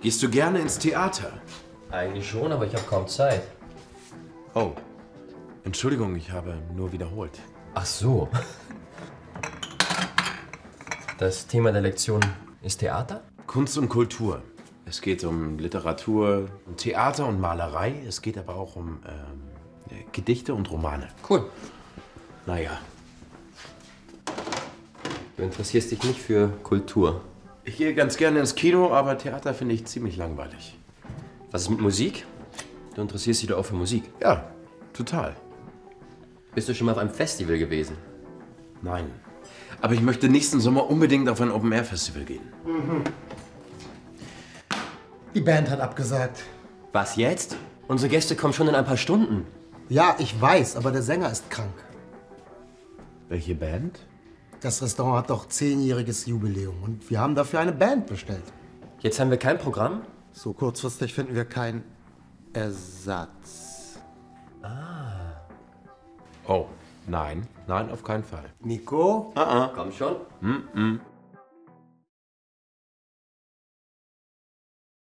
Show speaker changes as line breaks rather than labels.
Gehst du gerne ins Theater?
Eigentlich schon, aber ich habe kaum Zeit.
Oh, Entschuldigung, ich habe nur wiederholt.
Ach so. Das Thema der Lektion ist Theater?
Kunst und Kultur. Es geht um Literatur, um Theater und Malerei. Es geht aber auch um ähm, Gedichte und Romane.
Cool.
Naja,
Du interessierst dich nicht für Kultur.
ich gehe ganz gerne ins Kino, aber Theater finde ich ziemlich langweilig.
Was ist mit Musik? Du interessierst dich doch auch für Musik.
Ja, total.
Bist du schon mal auf einem Festival gewesen?
Nein. Aber ich möchte nächsten Sommer unbedingt auf ein Open-Air-Festival gehen.
Die Band hat abgesagt.
Was jetzt? Unsere Gäste kommen schon in ein paar Stunden.
Ja, ich weiß, aber der Sänger ist krank.
Welche Band?
Das Restaurant hat doch zehnjähriges Jubiläum und wir haben dafür eine Band bestellt.
Jetzt haben wir kein Programm?
So kurzfristig finden wir keinen Ersatz.
Oh, nein. Nein, auf keinen Fall.
Nico?
Komm schon.